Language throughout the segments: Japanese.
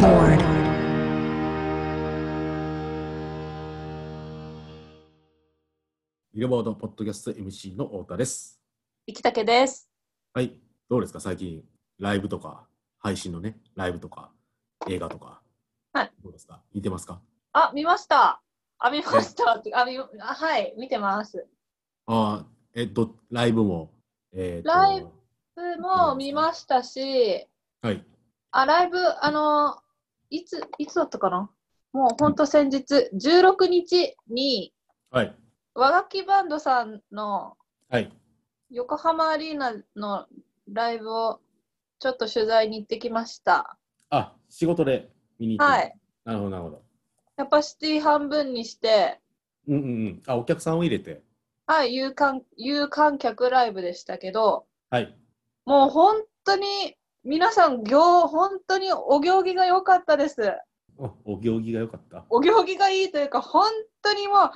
Lord. ビルボードポッドキャスト MC の太田です。生竹です。はい、どうですか最近、ライブとか、配信のね、ライブとか、映画とか、はい、どうですか見てますかあ、見ました。あ、見ましたって。あ、見あはい、見てます。ああ、えっと、ライブも、えー、とライブも見ましたし、はい、あ、ライブ、あの、いつ、いつだったかなもうほんと先日、16日にはい、和楽器バンドさんのはい、横浜アリーナのライブをちょっと取材に行ってきました。あ、仕事で見に行って、はい。なるほど、なるほど。キャパシティ半分にして、うんうんうん。あ、お客さんを入れて、はい、有観有観客ライブでしたけど、はい、もう本当に皆さん行、本当にお行儀が良かったです。おお行儀が良かった。お行儀がいいというか、本当にもう、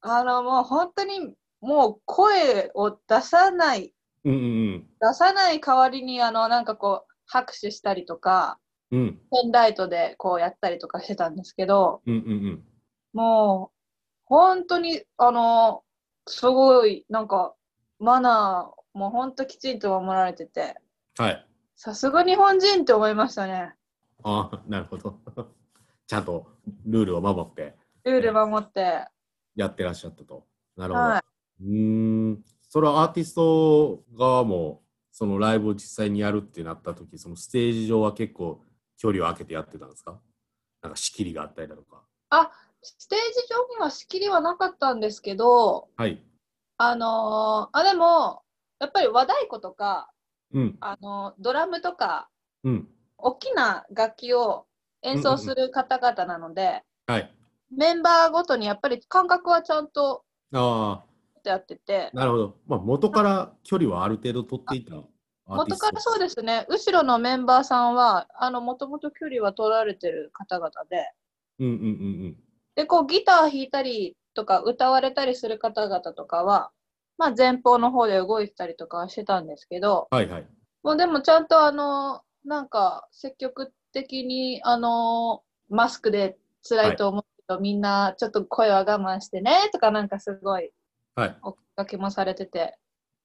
あのもう本当にもう声を出さない、うんうん出さない代わりに、あのなんかこう、拍手したりとか、うん。うんペンライトでこうやったりとかしてたんですけど、うんうんうん。もう本当に、あの、すごい、なんか、マナーも本当きちんと守られてて、はい。さすが日本人って思いましたね。ああ、なるほど。 ちゃんとルールを守って。ルール守って。やってらっしゃったと。なるほど。はうーん。それはアーティスト側も、そのライブを実際にやるってなった時、そのステージ上は結構距離を空けてやってたんですかなんか仕切りがあったりだとか。い、ステージ上には仕切りはなかったんですけど、はい。あのーあ、でも、やっぱり和太鼓とか、うん。あのードラムとか、うん。大きな楽器を演奏する方々なので、はい。メンバーごとにやっぱり感覚はちゃんとああ、やってて、なるほど。まあ、元から距離はある程度取っていたアーティ元スト。からそうですね、後ろのメンバーさんは、あの、もともと距離は取られてる方々で、うんうんうんうん。で、こうギター弾いたりとか歌われたりする方々とかは、まあ前方の方で動いてたりとかはしてたんですけど、はいはい。もうでもちゃんとあの、なんか積極的にあの、マスクで辛いと思うけど、みんなちょっと声は我慢してねとかなんかすごいはい。おかけもされてて、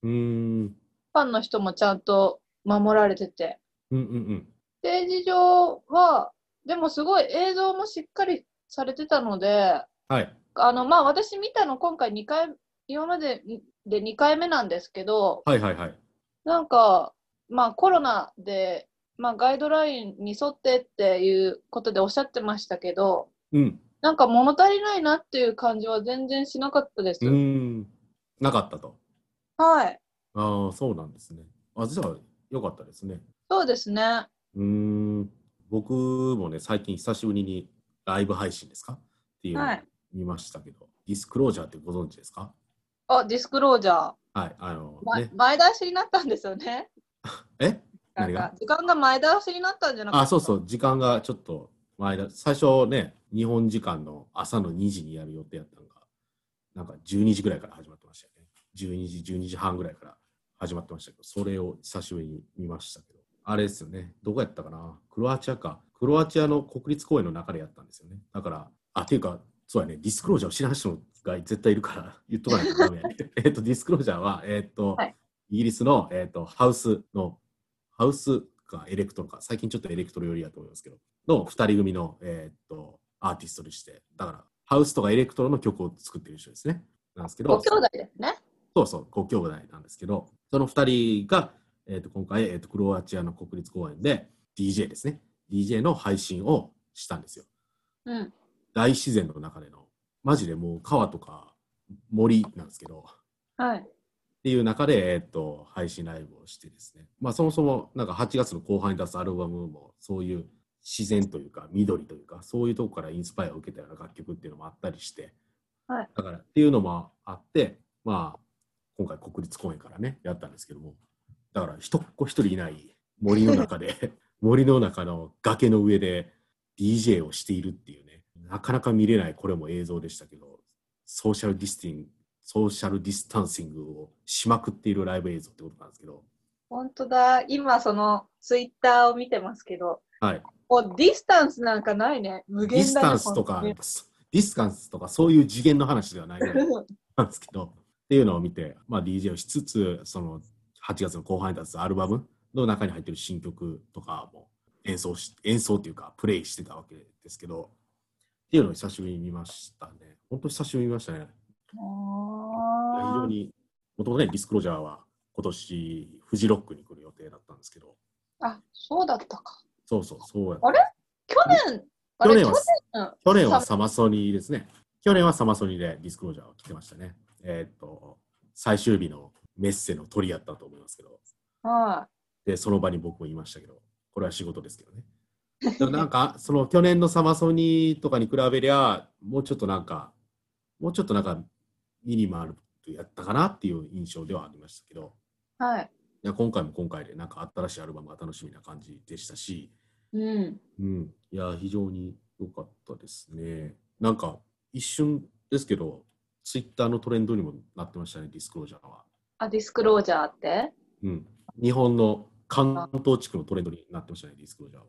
うーん。ファンの人もちゃんと守られてて、うんうんうん。ステージ上は、でもすごい映像もしっかりされてたので、はい。あの、まあ、私見たの今回2回、今までで2回目なんですけど、はいはいはい。なんか、まあ、コロナで、まあ、ガイドラインに沿ってっていうことでおっしゃってましたけど、うん。なんか物足りないなっていう感じは全然しなかったです。うーん。なかったと。はい。ああ、そうなんですね。あ、じゃあ、よかったですね。そうですね。うーん。僕もね、最近久しぶりにライブ配信ですかっていうのをはい見ましたけど、ディスクロージャーってご存知ですかあ、ディスクロージャー。はい、あの、まね。前倒しになったんですよね。えな何んがか時間が前倒しになったんじゃなかったあ、そうそう、時間がちょっと前だ。最初ね、日本時間の朝の2時にやる予定やったのが、なんか12時ぐらいから始まってましたよね。12時、12時半ぐらいから始まってましたけど、それを久しぶりに見ましたけど、あれですよね、どこやったかな、クロアチアか、クロアチアの国立公園の中でやったんですよね。だから、あ、っていうか、そうやね、ディスクロージャーを知らん人が絶対いるから、 言っとかないとダメやね。えっと、ディスクロージャーは、えっと、はいイギリスの、えっと、ハウスの、ハウスかエレクトロか、最近ちょっとエレクトロ寄りやと思いますけど、の2人組の、えーっとアーティストでして、だからハウスとかエレクトロの曲を作ってる人ですね。なんですけど、ご兄弟ですね。そうそう、ご兄弟なんですけど、その2人が、えーっと今回、えーっとクロアチアの国立公園で DJ ですね、DJ の配信をしたんですよ。うん。大自然の中での、マジでもう川とか森なんですけど、はい。っていう中で、えっと、配信ライブをしてですね、まあ、そもそもなんか8月の後半に出すアルバムもそういう自然というか緑というかそういうとこからインスパイアを受けたような楽曲っていうのもあったりして、はいだからっていうのもあって、まあ、今回国立公園からねやったんですけどもだから一っ子一人いない森の中 で森の中の崖の上で DJ をしているっていうねなかなか見れないこれも映像でしたけどソーシャルディスティングソーシャルディスタンシングをしまくっているライブ映像ってことなんですけど、本当だ。今、その、ツイッターを見てますけど、はい、もうディスタンスなんかないね。無ディ限スだね。タンスとか、本ディスタンスとかそういう次元の話ではない当になんですけど、っていうのを見て、まあ、DJ をしつつ、その8月の後半に立つアルバムの中に入ってる新曲とかも演奏し、演奏っていうか、プレイしてたわけですけど、っていうのを久しぶりに見ましたね。本当久しぶりに見ましたね。いや非常あーに、もともとね、ディスクロージャーは今年、フジロックに来る予定だったんですけど、あ、そうだったか。そうそう、そうやあれ去年、あ去れ、年去は年、うん去年はサマソニーですね。去年はサマソニーでディスクロージャーを来てましたね。えーっと、最終日のメッセの鳥やったと思いますけど、はで、その場に僕も言いましたけど、これは仕事ですけどね。でもなんか、 その去年のサマソニーとかに比べりゃ、もうちょっとなんか、もうちょっとなんか、ミニマルやったかなっていう印象ではありましたけど、い。はい。いや今回も今回で、なんか新しいアルバムが楽しみな感じでしたし、うん。うん、いや、非常に良かったですね。なんか、一瞬ですけど、ツイッターのトレンドにもなってましたね、ディスクロージャーは。あ、ディスクロージャーってうん、日本の関東地区のトレンドになってましたね、ディスクロージャー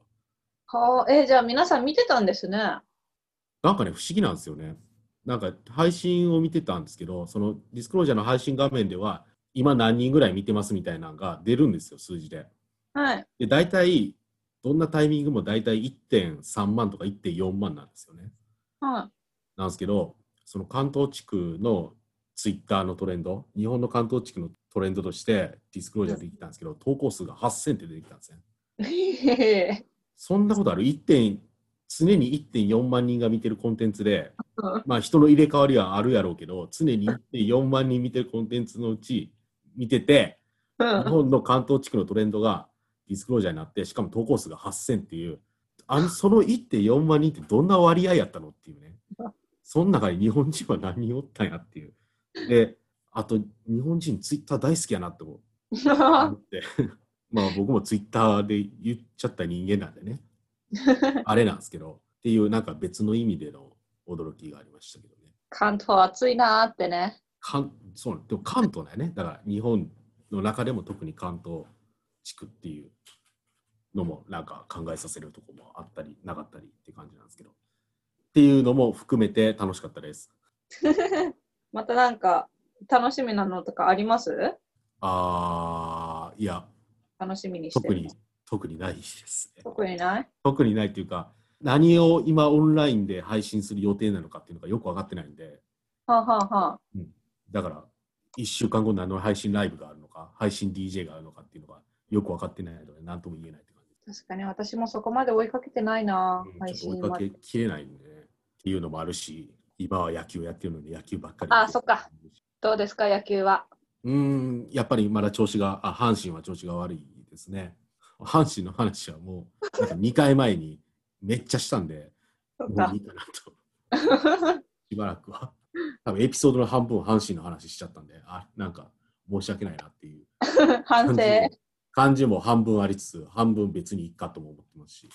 は。はあ、えーじゃあ皆さん見てたんですね。なんかね、不思議なんですよね。なんか、配信を見てたんですけど、そのディスクロージャーの配信画面では、今何人ぐらい見てますみたいなのが出るんですよ、数字で。はい。で、大体、どんなタイミングも大体1.3万とか1.4万なんですよね。はい。なんですけど、その関東地区のツイッターのトレンド、日本の関東地区のトレンドとしてディスクロージャーできたんですけど、投稿数が8000って出てきたんですね。そんなことある1点常に1.4万人が見てるコンテンツでうん、まあ人の入れ替わりはあるやろうけど、常に1.4万人見てるコンテンツのうち見てて、う日ん。 本の関東地区のトレンドがディスクロージャーになって、しかも投稿数が8000っていう、あのその1.4万人ってどんな割合やったのっていうね。その中に日本人は何人おったんやっていう。で、あと、日本人ツイッター大好きやなって思って、 まあ僕もツイッターで言っちゃった人間なんでね、あれなんですけど、っていうなんか別の意味での驚きがありましたけどね。 関東暑いなーってね。関そうなんでも関東だよねだから日本の中でも特に関東地区っていうのもなんか考えさせるとこもあったりなかったりって感じなんですけどっていうのも含めて楽しかったですまたなんか楽しみなのとかありますあーいや楽しみにして特るに特にないですね特にない特にないっていうか何を今オンラインで配信する予定なのかっていうのがよく分かってないんではあ、はあはあ、だから1週間後に何の配信ライブがあるのか配信 DJ があるのかっていうのがよく分かってないので何とも言えないって感じです確かに私もそこまで追いかけてないな、うん配ちょ信っとま追いでかけきれないんで、ね、っていうのもあるし、今は野球やってるので野球ばっかり。あそっか。どうですか野球はうーん、やっぱりまだ調子が、あ、阪神は調子が悪いですね。阪神の話はもう、なんか2回前にめっちゃしたんで、そもっうかいいかなと、しばらくは。多分エピソードの半分阪神の話しちゃったんで、あ、なんか申し訳ないなっていう感反省じも感じも半分ありつつ、半分別にいいかとも思ってます し。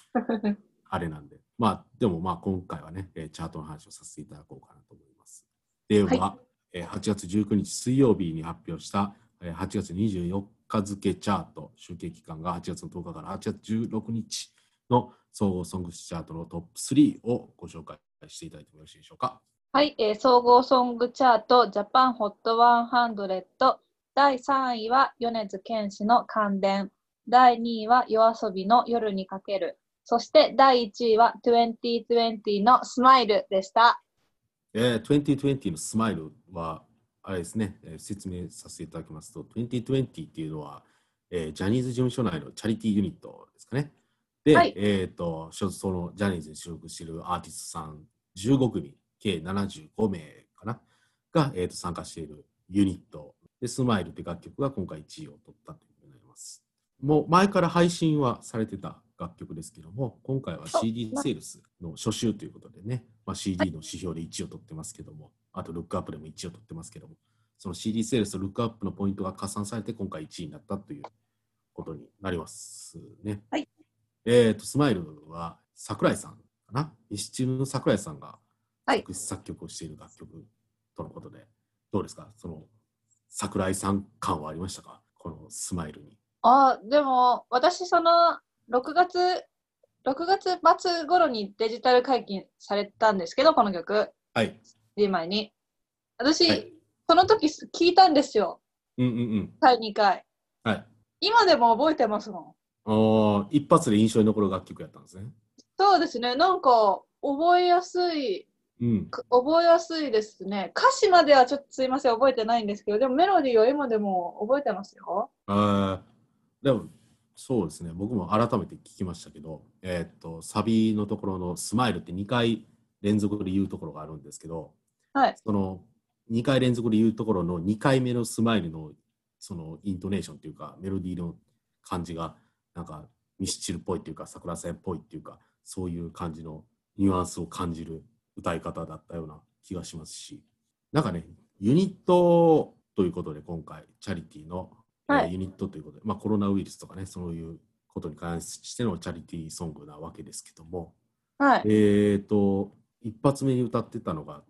あれなんで。まあ、でもまあ今回はね、えーチャートの話をさせていただこうかなと思います。では、はえー8月19日水曜日に発表した、えー8月24日付チャート、集計期間が8月の10日から8月16日の総合ソングスチャートのトップ3をご紹介していただいてもよろしいでしょうか。はい、えー総合ソングチャートジャパンホット100第3位は米津玄師の関連第2位は夜遊びの夜にかけるそして第1位は2020のスマイルでしたえー、2020のスマイルは、あれですね、えー説明させていただきますと、2020っていうのは、えージャニーズ事務所内のチャリティーユニットですかね。で、はいえっ、と、所そのジャニーズに所属しているアーティストさん15組、計75名かな、が、えー、と参加しているユニットで、スマイルって楽曲が今回1位を取ったということになります。もう前から配信はされてた楽曲ですけども、今回はそう CD セールスの初週ということでね、まあ、CD の指標で1位を取ってますけども、あとルックアップでも1位を取ってますけども、その CD セールスとルックアップのポイントが加算されて、今回1位になったということになりますね。はい。えっ、と、スマイルは桜井さんかな西チームの桜井さんがはい作詞作曲をしている楽曲とのことで、どうですかその桜井さん感はありましたかこのスマイルに。あーでも私その6月6月末頃にデジタル解禁されたんですけど、この曲、はい。 D 前に。私、はいその時す聞いたんですよ、うんうんうん。第2回。はい。今でも覚えてますもん。おー一発で印象に残る楽曲やったんですね。そうですね、なんか覚えやすい、うん。か覚えやすいですね。歌詞まではちょっとすいません、覚えてないんですけど、でもメロディーは今でも覚えてますよ。あーでも、そうですね。僕も改めて聞きましたけど、えーっと、サビのところのスマイルって2回連続で言うところがあるんですけど、はい。その2回連続で言うところの2回目のスマイルのそのイントネーションというかメロディーの感じがなんかミスチルっぽいというか桜さんっぽいというかそういう感じのニュアンスを感じる歌い方だったような気がしますしなんかねユニットということで今回チャリティーの、はいえーユニットということで、まあ、コロナウイルスとかねそういうことに関してのチャリティーソングなわけですけども、はい。えー、と、一発目に歌ってたのが、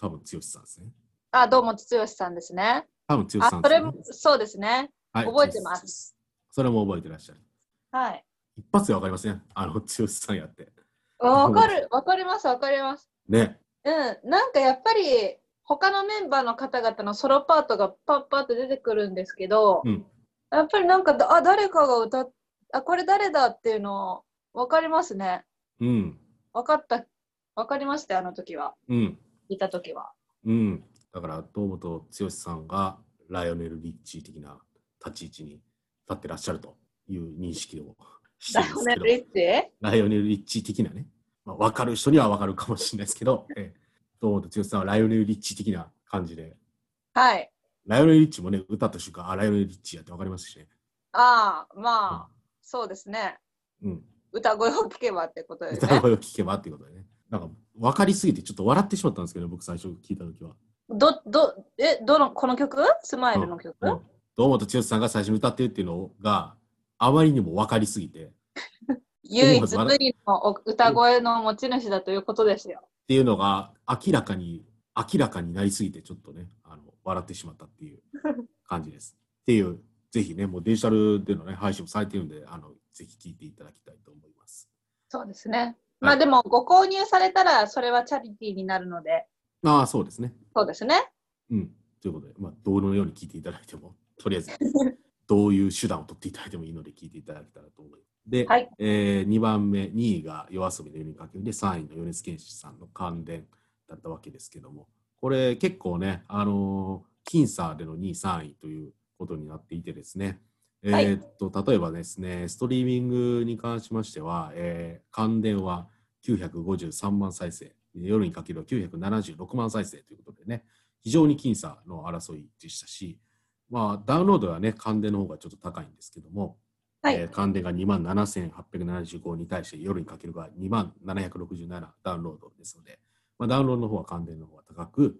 多分剛さんですね。あ、どうも、つつよしさんですね。多分剛あさん、でそすれね。も、そうですね。はい覚えてま。す。剛それも覚えてらっしゃる。はい。一発でわかりますね。あの、剛さんやって。わかる、わかります、わかります。ね。うん、なんかやっぱり、他のメンバーの方々のソロパートがパッパッと出てくるんですけど、うん。やっぱりなんかだ、あ、誰かが歌っ、あ、これ誰だっていうの、わかりますね。うん。わかった、わかりましたよ、あの時は。うん。いた時は。うん。だから、堂本剛さんが、ライオネル・リッチー的な立ち位置に立ってらっしゃるという認識をしてだるんでよすねけ、ど。リッチライオネル・リッチー的なね、まあ、分かる人には分かるかもしれないですけど、ええ、堂本剛さんはライオネル・リッチー的な感じで、はい。ライオネル・リッチーもね、歌った瞬間、あ、ライオネル・リッチーやって分かりますしね。ああ、まあ、そうですね。うん。歌声を聞けばってことです歌ね。声を聴けばっていうことでね。なんか、分かりすぎてちょっと笑ってしまったんですけど、僕最初聞いたときは。ど、ど、え、どの、この曲スマイルの曲、うん堂本剛さんが最初に歌ってるっていうのが、あまりにも分かりすぎて、っ唯一無二のお歌声の持ち主だということですよ。ていうのが、明らかに、明らかになりすぎて、ちょっとね、あの笑ってしまったっていう感じです。っていう、ぜひね、もうデジタルでのね、配信もされてるんで、あの、ぜひ聴いていただきたいと思います。そうですね。はまいあでも、ご購入されたら、それはチャリティーになるので、ああ、そうですね。そうですね。うん、ということで、まあ、どのように聞いていただいても、とりあえず、どういう手段を取っていただいてもいいので、聞いていただけたらと思います。で、はいえ2番目、2位が夜遊びの夜にかけるで、3位の米津玄師さんの関連だったわけですけども、これ結構ね、あのー僅差での2位、3位ということになっていてですね、えはいーっと例えばですね、ストリーミングに関しましては、えー関連は953万再生、夜にかけるは976万再生ということでね、非常に僅差の争いでしたし、まあ、ダウンロードはね、関電の方がちょっと高いんですけども、はい。えー関電が2万7875に対して夜にかけるが2万767ダウンロードですので、まあ、ダウンロードの方は関電の方が高く、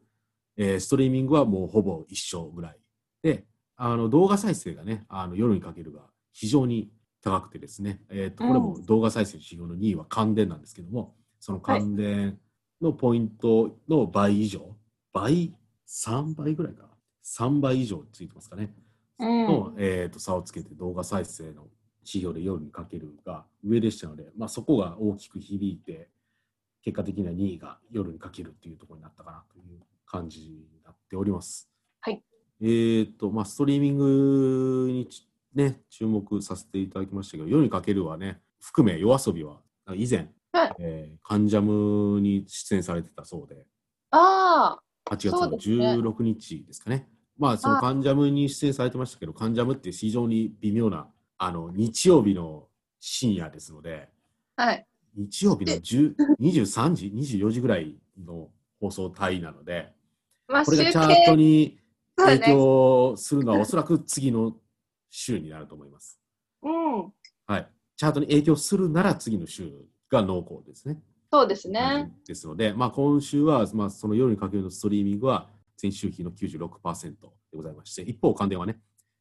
えーストリーミングはもうほぼ一緒ぐらいで、あの動画再生がね、あの夜にかけるが非常に高くてですね、えーとこれも動画再生指標の2位は関電なんですけども、その関電のポイントの倍以上、倍、3倍ぐらいかな、3倍以上ついてますかね。うんの、えー、と差をつけて動画再生の指標で夜にかけるが上でしたので、まあ、そこが大きく響いて結果的には2位が夜にかけるっていうところになったかなという感じになっております。はい、えー、とまあストリーミングにちね注目させていただきましたけど夜にかけるはね含め夜遊びはなんか以前、はいえーカンジャムに出演されてたそうで、ああ、 8月そうのですね16日ですかね。まあ、そのカンジャムに出演されてましたけど、カンジャムって非常に微妙な、あの、日曜日の深夜ですので、はい。日曜日の10 23時、24時ぐらいの放送帯なので、まあ、こ集れがチ計、そャートにうで影すね。響するのはおそらく次の週になると思います。うん。はい。チャートに影響するなら次の週が濃厚ですね。そうですね。ですので、まあ、今週は、まあ、その夜にかけるのストリーミングは前週比の96%でございまして、一方、関電はね、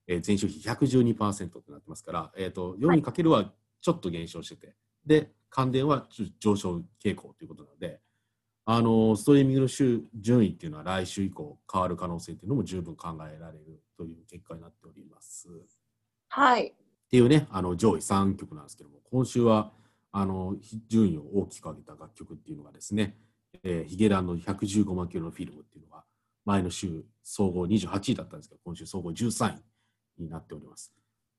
えー前週比112%となってますから、えー、と夜にかけるはちょっと減少してて、で、関電はちょっと上昇傾向ということなので、あのーストリーミングの週順位っていうのは来週以降変わる可能性っていうのも十分考えられるという結果になっております。はい。っていうね、あの上位3曲なんですけども、今週はあのひ順位を大きく上げた楽曲っていうのがですね、えーヒゲダンの115万キロのフィルムっていうのが前の週総合28位だったんですけど今週総合13位になっております、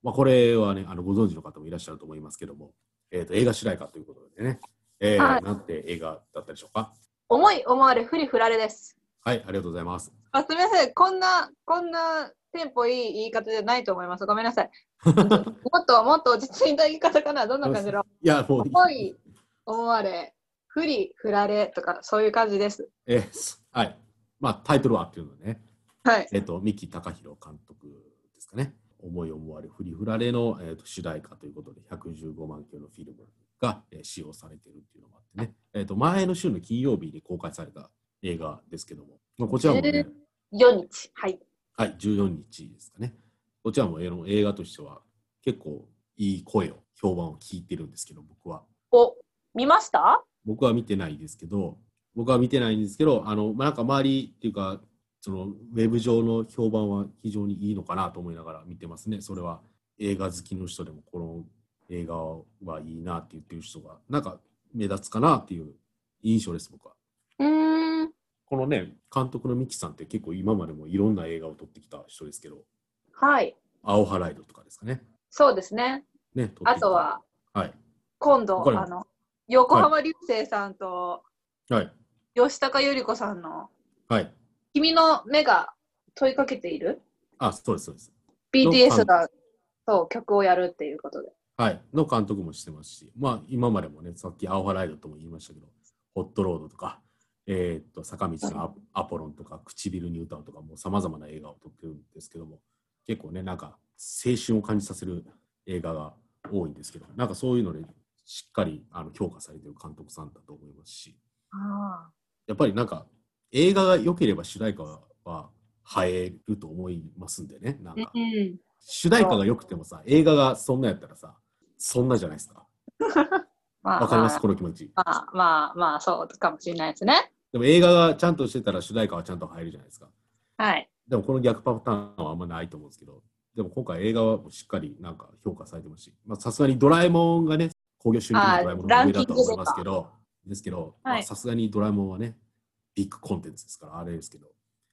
まあ、これはねあのご存知の方もいらっしゃると思いますけども、えー、と映画主題歌ということでね、えーはいなんて映画だったでしょうか思い思われふりふられです。はいありがとうございますあすみません、こんな、こんなテンポいい言い方じゃないと思います。ごめんなさい。 もっともっと落ち着いた言い方かな。どんな感じのいやもう思い思われ、ふりふられとか、そういう感じです。えーすはいまあタイトルはっていうのはねはい。えっと、三木隆弘監督ですかね、思い思われ、振り振られの、えっと主題歌ということで、115万キロのフィルムが、えー使用されているっていうのもあってね、えっと、前の週の金曜日に公開された映画ですけども、まあ、こちらもね、えー4日。はい。はい、14日ですかね、こちらもえー映画としては結構いい声を、評判を聞いてるんですけど、僕は。お、見ました僕は見てないですけど、僕は見てないんですけど、あの、まあ、なんか周りっていうか、そのウェブ上の評判は非常にいいのかなと思いながら見てますね。それは映画好きの人でもこの映画はいいなって言ってる人が、なんか目立つかなっていう印象です、僕は。うーん。このね、監督のミキさんって結構今までもいろんな映画を撮ってきた人ですけど、はい。アオハライドとかですかね。そうですね。ね、撮ってきたあと、は、はい。今わ度か、りまあすの、横浜流星さんとはい。吉高由里子さんのはい。 「君の目が問いかけているあ、そうです、そうです。」 BTS がそう曲をやるっていうことではい、の監督もしてますし、まあ、今までもね、さっきアオハライドとも言いましたけど、ホットロードとか、えーっと坂道のアアポロンとか、唇に歌うとか、もうさまざまな映画を撮ってるんですけども、結構ね、なんか青春を感じさせる映画が多いんですけど、なんかそういうので、しっかりあの評価されてる監督さんだと思いますし、あやっぱりなんか、映画が良ければ主題歌は映えると思いますんでね、なんかう、ん主題歌が良くてもさ、映画がそんなやったらさ、そんなじゃないですか。まあわかります、この気持ち。まあまあまあそうかもしれないですねでも映画がちゃんとしてたら主題歌はちゃんと入るじゃないですか。はいでもこの逆パターンはあんまないと思うんですけど、でも今回映画はしっかりなんか評価されてますし、まあさすがにドラえもんがね、興行収入のドラえもんの上だとは思いますけど、ですけど、はいまあさすがにドラえもんはね、ビッグコンテンツですから、あれですけど、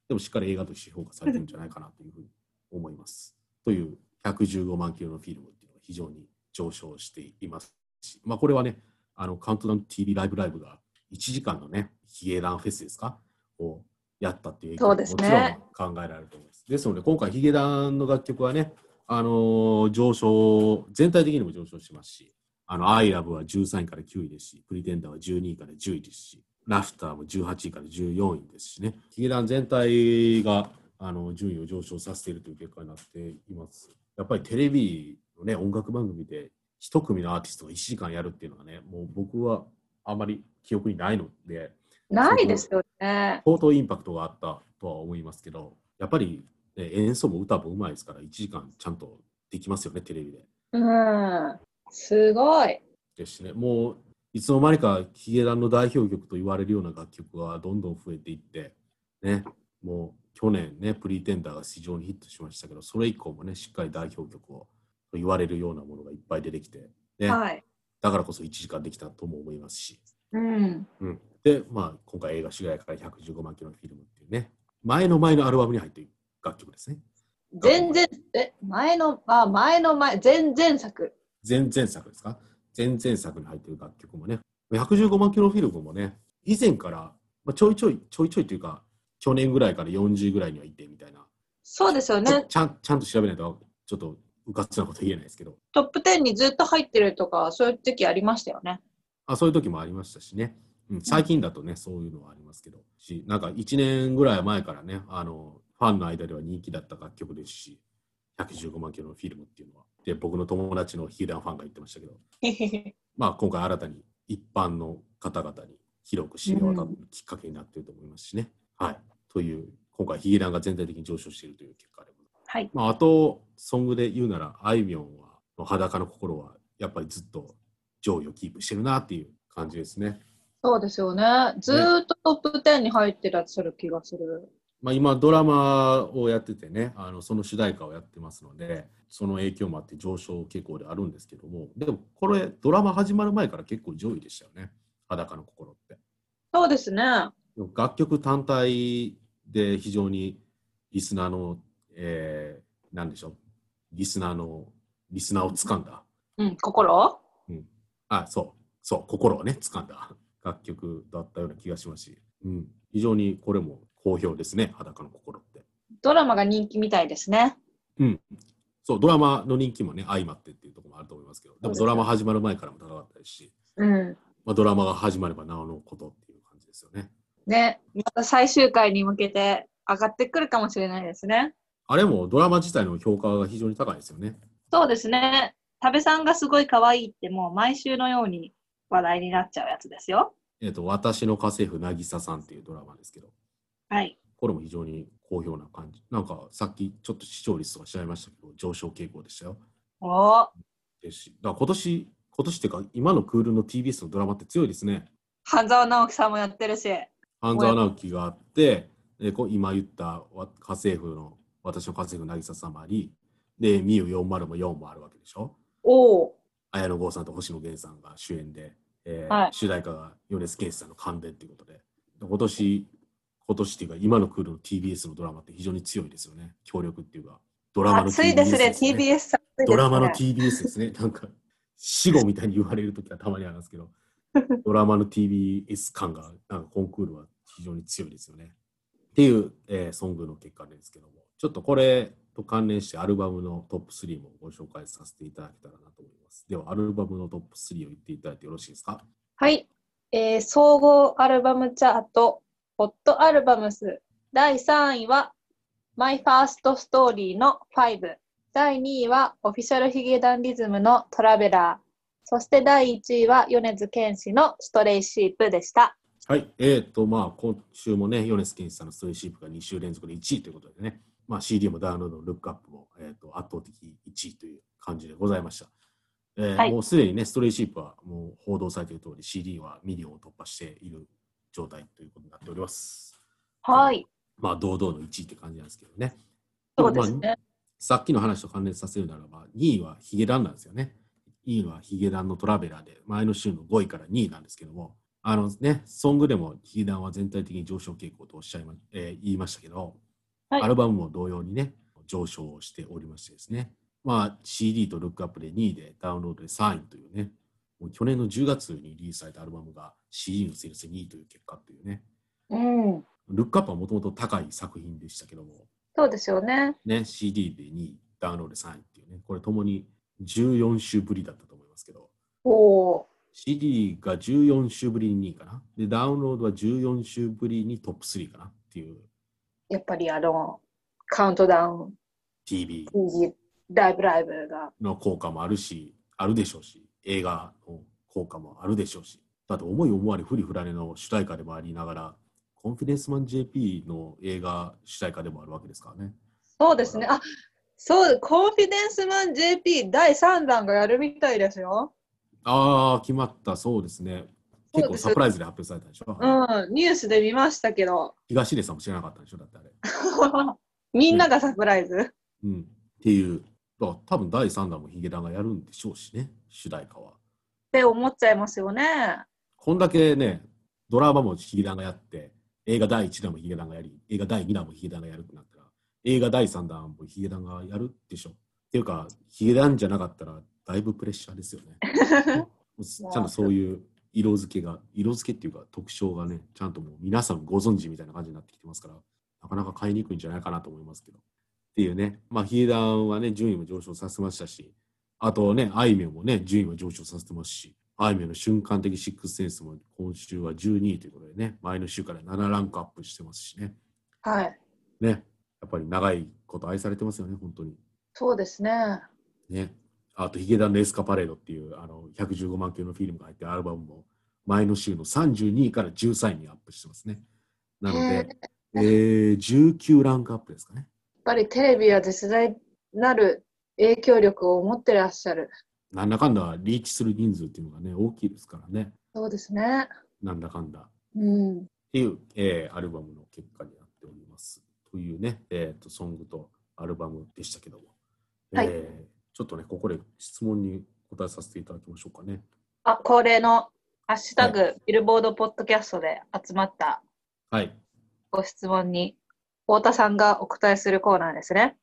でもしっかり映画として評価されてるんじゃないかなというふうに思います。という115万キロのフィルムっていうのが非常に上昇していますし、まあこれはね、あのカウントダウン TV ライブライブが1時間のね、ヒゲダンフェスですかをやったっていう影響そもうですもちねろん考えられると思います。ですので今回ヒゲダンの楽曲はね、あのー上昇、全体的にも上昇してますし、あの、アイラブは13位から9位ですし、プリテンダーは12位から10位ですし、ラフターも18位から14位ですしね、ヒゲダン全体があの順位を上昇させているという結果になっています。やっぱりテレビのね、音楽番組で一組のアーティストが1時間やるっていうのはね、もう僕はあまり記憶にないので、ないですよね相当インパクトがあったとは思いますけど、やっぱり、ね、演奏も歌もうまいですから、1時間ちゃんとできますよね、テレビで。うんすごいですしね、もういつの間にかヒゲダンの代表曲と言われるような楽曲がどんどん増えていって、ね、もう去年ね、プリテンダーが非常にヒットしましたけど、それ以降もね、しっかり代表曲をと言われるようなものがいっぱい出てきて、ね、はいだからこそ1時間できたとも思いますし、うんうん、で、まあ、今回映画主題歌から115万キロのフィルムっていうね、前の前のアルバムに入っている楽曲ですね。全然え前のあ前の前前前作前々作ですか前々作に入ってる楽曲もね115万キロフィルムもね以前から、まあ、ちょいちょいちょいちょいというか去年ぐらいから40ぐらいにはいてみたいな、そうですよちょねちゃんちゃんと調べないとちょっとうかつなこと言えないですけどトップ10にずっと入ってるとかそういう時ありましたよねあそういう時もありましたしね、うん、最近だとねそういうのはありますけどしなんか1年ぐらい前からねあのファンの間では人気だった楽曲ですし115万キロのフィルムっていうのはで僕の友達のヒゲダンファンが言ってましたけどまあ、今回新たに一般の方々に広く知れ渡るきっかけになっていると思いますしね。はい。という、今回ヒゲダンが全体的に上昇しているという結果でございます。 はいまあ、あと、ソングで言うなら、あいみょんは、の裸の心は、やっぱりずっと上位をキープしてるなっていう感じですね。そうですよね。ずーっとトップ10に入ってらっしゃる気がする。まあ、今ドラマをやっててねあのその主題歌をやってますのでその影響もあって上昇傾向であるんですけどもでもこれドラマ始まる前から結構上位でしたよね「裸の心」ってそうですね。楽曲単体で非常にリスナーの、えー、なんでしょうリスナーのリスナーを掴んだうん、心あそうそう心をね掴んだ楽曲だったような気がしますし、うん、非常にこれも好評ですね「裸の心」って。ドラマが人気みたいですね。そう、ドラマの人気もね、相まってっていうところもあると思いますけど、でもそうですねドラマ始まる前からも高かったですし、うん。まあ、ドラマが始まればなおのことっていう感じですよね。ね、また最終回に向けて上がってくるかもしれないですね。あれもドラマ自体の評価が非常に高いですよね。そうですね。多部さんがすごい可愛いってもう毎週のように話題になっちゃうやつですよ。えっ、と、私の家政婦、渚さんっていうドラマですけど、はい。これも非常に好評な感じ。なんか、さっきちょっと視聴率とか調べましたけど、上昇傾向でしたよ。おーですし、だから今年、今年っていうか、今のクールの TBS のドラマって強いですね。半沢直樹さんもやってるし。半沢直樹があって、でこう今言ったわ家政婦の私の家政婦渚さんもあり、で、ミユ404もあるわけでしょ。おお。綾野剛さんと星野源さんが主演で、えーはい主題歌が米津玄師さんの関連ということで、で今年、今年っていうか、今のクールの TBS のドラマって非常に強いですよね、協力っていうか、ドラマの TBS 暑いですね、ね TBS さん。暑いですねドラマの TBS ですね。 なんか、死後みたいに言われるときはたまにあるんですけど、ドラマの TBS 感が、なんかコンクールは非常に強いですよね。っていう、えーソングの結果ですけども、ちょっとこれと関連してアルバムのトップ3もご紹介させていただけたらなと思います。では、アルバムのトップ3を言っていただいてよろしいですかはい、えー総合アルバムチャート、ホットアルバムス、第3位は、マイファーストストーリーの5、第2位は、オフィシャルヒゲダンディズムのトラベラー、そして第1位は、米津玄師のストレイシープでした。はい、えー、と、まあ、今週もね、米津玄師さんのストレイシープが2週連続で1位ということでね、まあ、CD もダウンロードのルックアップも、えー、と圧倒的1位という感じでございました。えーはいもうすでにね、ストレイシープはもう報道されている通り、CD はミリオンを突破している状態ということになっております。はい、まあ、堂々の1位って感じなんですけどね。そうですまあね。さっきの話と関連させるならば、2位はヒゲダンなんですよね。2位はヒゲダンのトラベラーで、前の週の5位から2位なんですけども、あのね、ソングでもヒゲダンは全体的に上昇傾向とおっしゃいま、えー言いましたけど、はいアルバムも同様にね、上昇をしておりましてですね、まあ、CD とルックアップで2位で、ダウンロードで3位というね、もう去年の10月にリリースされたアルバムが CD のセールス2位という結果というね、うん、ルックアップはもともと高い作品でしたけども、そうですよね。ね、CD で2位、ダウンロード3位っていうね、これともに14週ぶりだったと思いますけど、おー CD が14週ぶりに2位かな。で、ダウンロードは14週ぶりにトップ3かなっていうやっぱりあの、カウントダウン、 TV ライブライブが。の効果もあるし、あるでしょうし、映画の効果もあるでしょうし、だって思い思われふりふられの主題歌でもありながら、コンフィデンスマン JP の映画主題歌でもあるわけですからね。そうですね。あそう、コンフィデンスマン JP 第3弾がやるみたいですよ。ああ、決まった、そうですね。結そう構ですサプライズで発表されたでしょ。うん、ニュースで見ましたけど、 東出さんも知らなかったでしょだってあれ。みんながサプライズ。うん、っていう、だから多分第3弾もヒゲダンがやるんでしょうしね、主題歌は。って思っちゃいますよね。こんだけね、ドラマもヒゲダンがやって、映画第1弾もヒゲダンがやり、映画第2弾もヒゲダンがやるってなったら、映画第3弾もヒゲダンがやるでしょ。っていうか、ヒゲダンじゃなかったら、だいぶプレッシャーですよね。ちゃんとそういう色付けが、色付けっていうか特徴がね、ちゃんともう皆さんご存知みたいな感じになってきてますから、なかなか買いにくいんじゃないかなと思いますけど。っていうね、まあ、ヒゲダンはね、順位も上昇させましたし、あとね、あいみょんもね、順位も上昇させてますし、あいみょんの瞬間的シックスセンスも今週は12位ということでね、前の週から7ランクアップしてますしね、 はい。ね、やっぱり長いこと愛されてますよね、本当に。そうですね。ね、あとヒゲダンのエスカパレードっていうあの115万球のフィルムが入ってるアルバムも前の週の32位から13位にアップしてますね。なので、えー19ランクアップですかね。やっぱりテレビは絶大なる影響力を持ってらっしゃる。なんだかんだリーチする人数っていうのがね、大きいですからね。そうですね。なんだかんだ。っうん。ていう、えーアルバムの結果になっております。というね、えーと、ソングとアルバムでしたけども、はいえーちょっとね、ここで質問に答えさせていただきましょうかね。あ、恒例のハッシュタグ、ビルボードポッドキャストで集まったはい。ご質問に、太田さんがお答えするコーナーですね。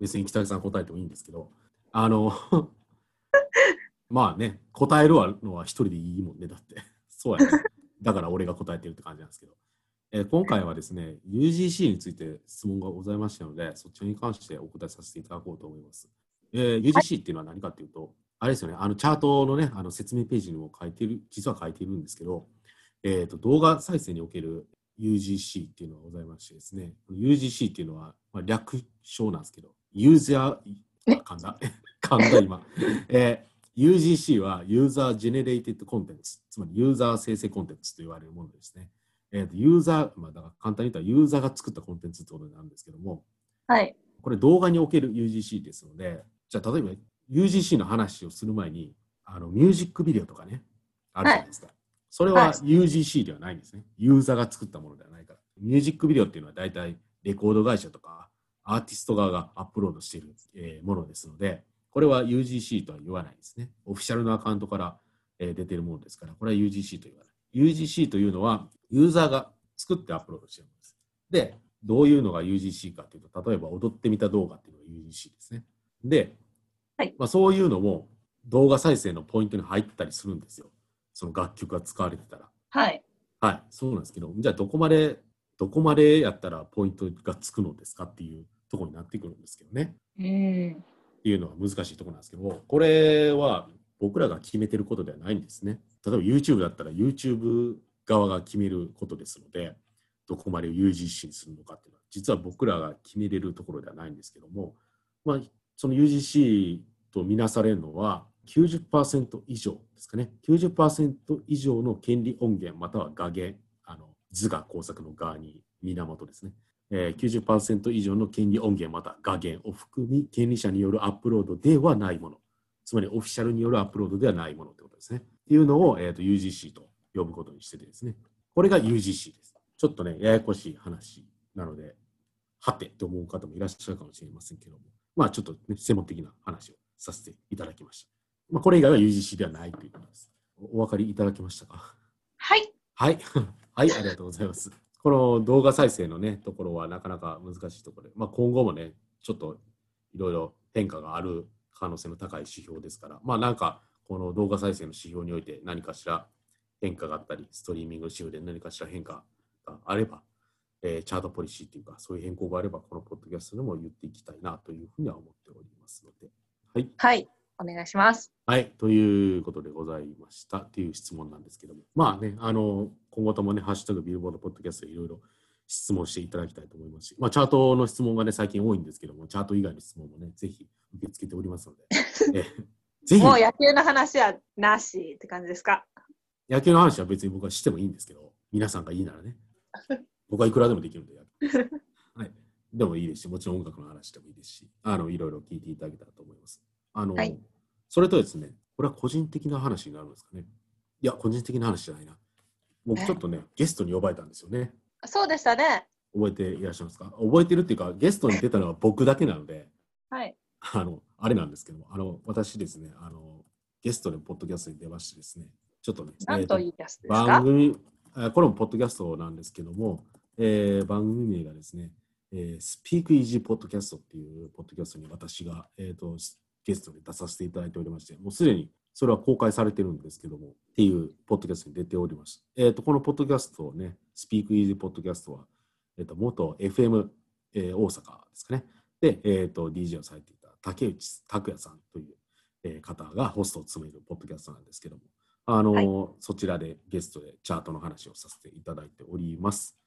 別に北木さん答えてもいいんですけど、あの、まあね、答えるのは一人でいいもんね、だって。そうやね。だから俺が答えてるって感じなんですけど。えー今回はですね、UGC について質問がございましたので、そちらに関してお答えさせていただこうと思います。えー UGC っていうのは何かっていうと、あれですよね、あのチャートのね、あの説明ページにも書いてる、実は書いてるんですけど、えー、と動画再生における UGC っていうのがございましてですね、UGC っていうのは、まあ、略称なんですけど、ユーザー、あ噛ん だ、噛んだ今。えー UGC は User Generated Contents、つまりユーザー生成コンテンツと言われるものですね。えーとユーザー、まあ、だから簡単に言ったらユーザーが作ったコンテンツってことになるんですけども、はい。これ動画における UGC ですので、じゃあ例えば UGC の話をする前に、あのミュージックビデオとかね、あるじゃないですか。それははい UGC ではないんですね。ユーザーが作ったものではないから。ミュージックビデオっていうのは大体レコード会社とかアーティスト側がアップロードしているえーものですので、これは UGC とは言わないですね。オフィシャルのアカウントからえー出てるものですから、これは UGC と言わない。UGC というのはユーザーが作ってアップロードしているものです。で、どういうのが UGC かっていうと、例えば踊ってみた動画っていうのが UGC ですね。で、はいまあ、そういうのも動画再生のポイントに入ったりするんですよ。その楽曲が使われてたら。はい。はい、そうなんですけど、じゃあどこまで、どこまでやったらポイントがつくのですかっていうところになってくるんですけどね。うん。っていうのが難しいところなんですけども、これは僕らが決めてることではないんですね。例えば YouTube だったら YouTube 側が決めることですので、どこまで UGC にするのかっていうのは、実は僕らが決めれるところではないんですけども、まあ、その UGC とみなされるのは90%以上ですかね。90%以上の権利音源または画源、あの図画工作の側に源ですね。えー、90%以上の権利音源または画源を含み権利者によるアップロードではないものつまりオフィシャルによるアップロードではないものってことですねっていうのを、えー、と UGC と呼ぶことにしててですねこれが UGC ですちょっとねややこしい話なのではてと思う方もいらっしゃるかもしれませんけどもまあちょっと、ね、専門的な話をさせていただきました、まあ、これ以外は UGC ではないということですおお分かりいただけましたかはい。はい、 はい、ありがとうございます。この動画再生のね、ところはなかなか難しいところで、まあ、今後もね、ちょっといろいろ変化がある可能性の高い指標ですから、まあなんか、この動画再生の指標において何かしら変化があったり、ストリーミングの指標で何かしら変化があれば、えーチャートポリシーというか、そういう変更があれば、このポッドキャストでも言っていきたいなというふうには思っておりますので。はい、はい。お願いします。はい、ということでございましたという質問なんですけども、まあね、あの今後ともね、ハッシュタグビルボードポッドキャストでいろいろ質問していただきたいと思いますし、まあ、チャートの質問がね、最近多いんですけども、チャート以外の質問もね、ぜひ受け付けておりますので、えぜひもう野球の話はなしって感じですか野球の話は別に僕はしてもいいんですけど、皆さんがいいならね、僕はいくらでもできるんで、 はい、でもいいですし、もちろん音楽の話でもいいですし、あのいろいろ聞いていただけたらと思います。あの、はいそれとですね、これは個人的な話になるんですかね。いや、個人的な話じゃないな。僕ちょっとね、ゲストに呼ばれたんですよね。そうでしたね。覚えていらっしゃいますか覚えてるっていうか、ゲストに出たのは僕だけなので、はい。あの、あれなんですけども、あの、私ですね、あの、ゲストでポッドキャストに出ましてですね、ちょっとね、なんというキャストです番か組、あこれもポッドキャストなんですけども、えー番組名がですね、えー、Speak Easy Podcast っていうポッドキャストに私が、えー、とゲストで出させていただいておりまして、もうすでにそれは公開されてるんですけども、っていうポッドキャストに出ておりました。えー、とこのポッドキャストをね、Speak Easy Podcast は、えー、と元 FM、えー大阪ですかね。で、えー、と DJ をされていた竹内拓也さんという、えー方がホストを務めるポッドキャストなんですけども、あのーそちらでゲストでチャートの話をさせていただいております。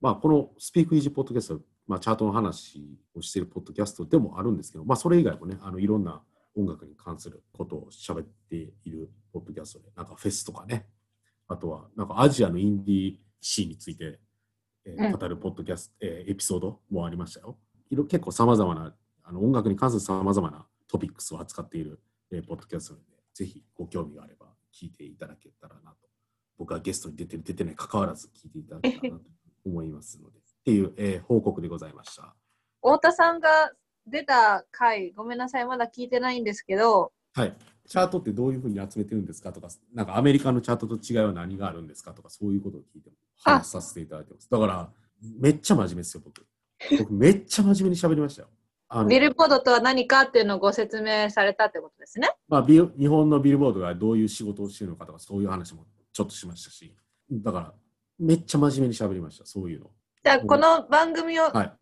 まあ、このスピークイージーポッドキャスト、まあ、チャートの話をしているポッドキャストでもあるんですけど、まあ、それ以外もね、あのいろんな音楽に関することを喋っているポッドキャストで、なんかフェスとかね、あとはなんかアジアのインディーシーについて、えーうん語るポッドキャスト、えーエピソードもありましたよ。いろ結構さまざまなあの音楽に関するさまざまなトピックスを扱っている、えーポッドキャストなので、ぜひご興味があれば聞いていただけたらなと。僕はゲストに出てる、出てない、関わらず聞いていただけたらなと思いますので。っっていう、えー報告でございました。太田さんが出た回、ごめんなさい、まだ聞いてないんですけど、はい。チャートってどういうふうに集めてるんですかとか、なんかアメリカのチャートと違いは何があるんですかとか、そういうことを聞いてもあ話させていただいてます。だから、めっちゃ真面目ですよ、僕。僕、めっちゃ真面目に喋りましたよ。あのビルボードとは何かっていうのをご説明されたってことですね。まあ、ビル日本のビルボードがどういう仕事をしてるのかとか、そういう話もちょっとしましたし、だから、めっちゃ真面目に喋りました、そういうの。じゃあ、この番組を、はい。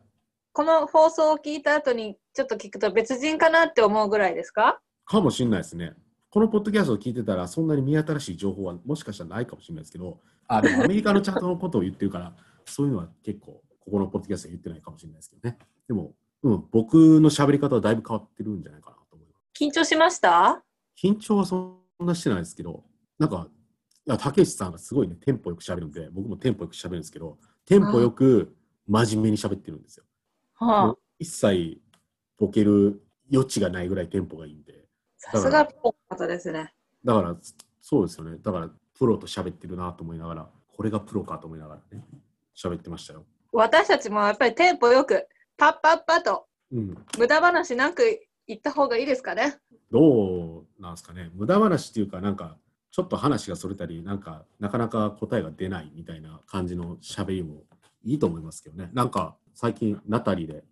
この放送を聞いた後に、ちょっと聞くと別人かなって思うぐらいですかかもしれないですね。このポッドキャストを聞いてたら、そんなに見新しい情報はもしかしたらないかもしれないですけど、あ、でもアメリカのチャートのことを言ってるから、そういうのは結構、ここのポッドキャストは言ってないかもしれないですけどね。でも、うん、僕の喋り方はだいぶ変わってるんじゃないかなと思います。緊張しました緊張はそんなしてないですけど、なんか、いやたけしさんがすごいね、テンポよく喋るんで、僕もテンポよく喋るんですけど、テンポよく真面目に喋ってるんですよ。はもあう、一切ボケる余地がないぐらいテンポがいいんで。さすがプロの方ですね。だから、そうですよね。だから、プロと喋ってるなと思いながら、これがプロかと思いながらね、喋ってましたよ。私たちもやっぱりテンポよく、パッパッパと、うん。無駄話なく言った方がいいですかね。どうなんですかね。無駄話っていうか、なんか、ちょっと話がそれたり、なんか、なかなか答えが出ないみたいな感じの喋りもいいと思いますけどね。なんか、最近、ナタリーで、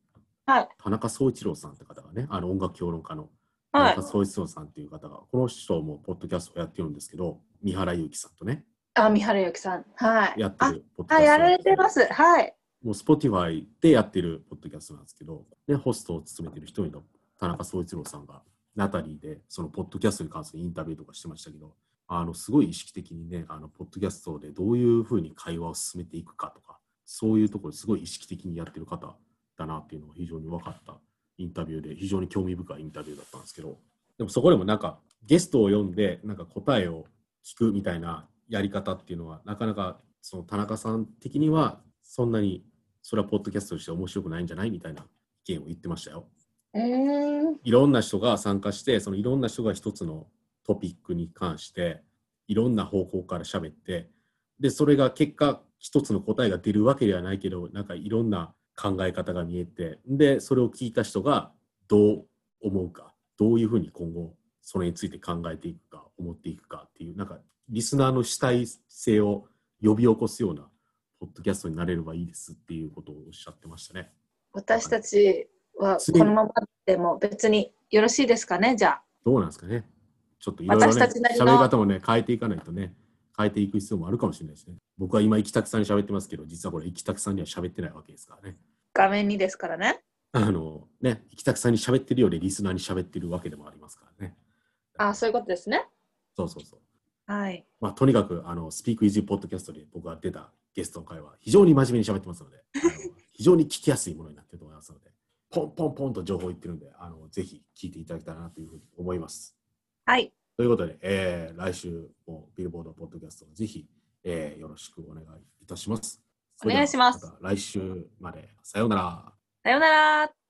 はい田中総一郎さんって方がね、あの音楽評論家のは田い中。総一郎さんっていう方が、この人もポッドキャストをやってるんですけど、三原祐希さんとね、あ、三原由紀さん。はい。やってあ、るポッドキャストあやられてます。はい。もう Spotify でやってるポッドキャストなんですけど、で、ホストを務めてる一人の田中総一郎さんが、ナタリーで、そのポッドキャストに関するインタビューとかしてましたけど、あの、すごい意識的にね、あの、ポッドキャストでどういうふうに会話を進めていくかとか、そういうところすごい意識的にやってる方だなっていうのが非常に分かったインタビューで、非常に興味深いインタビューだったんですけど、でもそこでもなんか、ゲストを呼んで、なんか答えを聞くみたいなやり方っていうのは、なかなか、その田中さん的には、そんなにそれはポッドキャストとして面白くないんじゃないみたいな意見を言ってましたよ。うーん。いろんな人が参加して、そのいろんな人が一つのトピックに関して、いろんな方向から喋って、で、それが結果、一つの答えが出るわけではないけど、なんかいろんな考え方が見えて、で、それを聞いた人がどう思うか、どういうふうに今後、それについて考えていくか、思っていくかっていう、なんか、リスナーの主体性を呼び起こすような、ポッドキャストになれればいいですっていうことをおっしゃってましたね。私たちは次このままでも別によろしいですかね、じゃあ。どうなんですかね。ちょっといろいろ私ね、たちなりの喋り方もね、変えていかないとね、変えていく必要もあるかもしれないですね。僕は今、行きたくさんに喋ってますけど、実はこれ、行きたくさんには喋ってないわけですからね。画面にですからね。あの、ね、行きたくさんに喋ってるより、リスナーに喋ってるわけでもありますからね。あ、そういうことですね。そうそうそう。はい。まあ、とにかく、あの、スピークイズポッドキャストで僕が出たゲストの会は、非常に真面目に喋ってますので、あの非常に聞きやすいものになってると思いますので、ポンポンポンと情報言ってるんで、あの、ぜひ聞いていただけたらなというふうに思います。はい。ということで、えー来週もビルボードポッドキャストをぜひ、えーよろしくお願いいたします。お願いしますそれではた来週まで。さようなら。さようなら。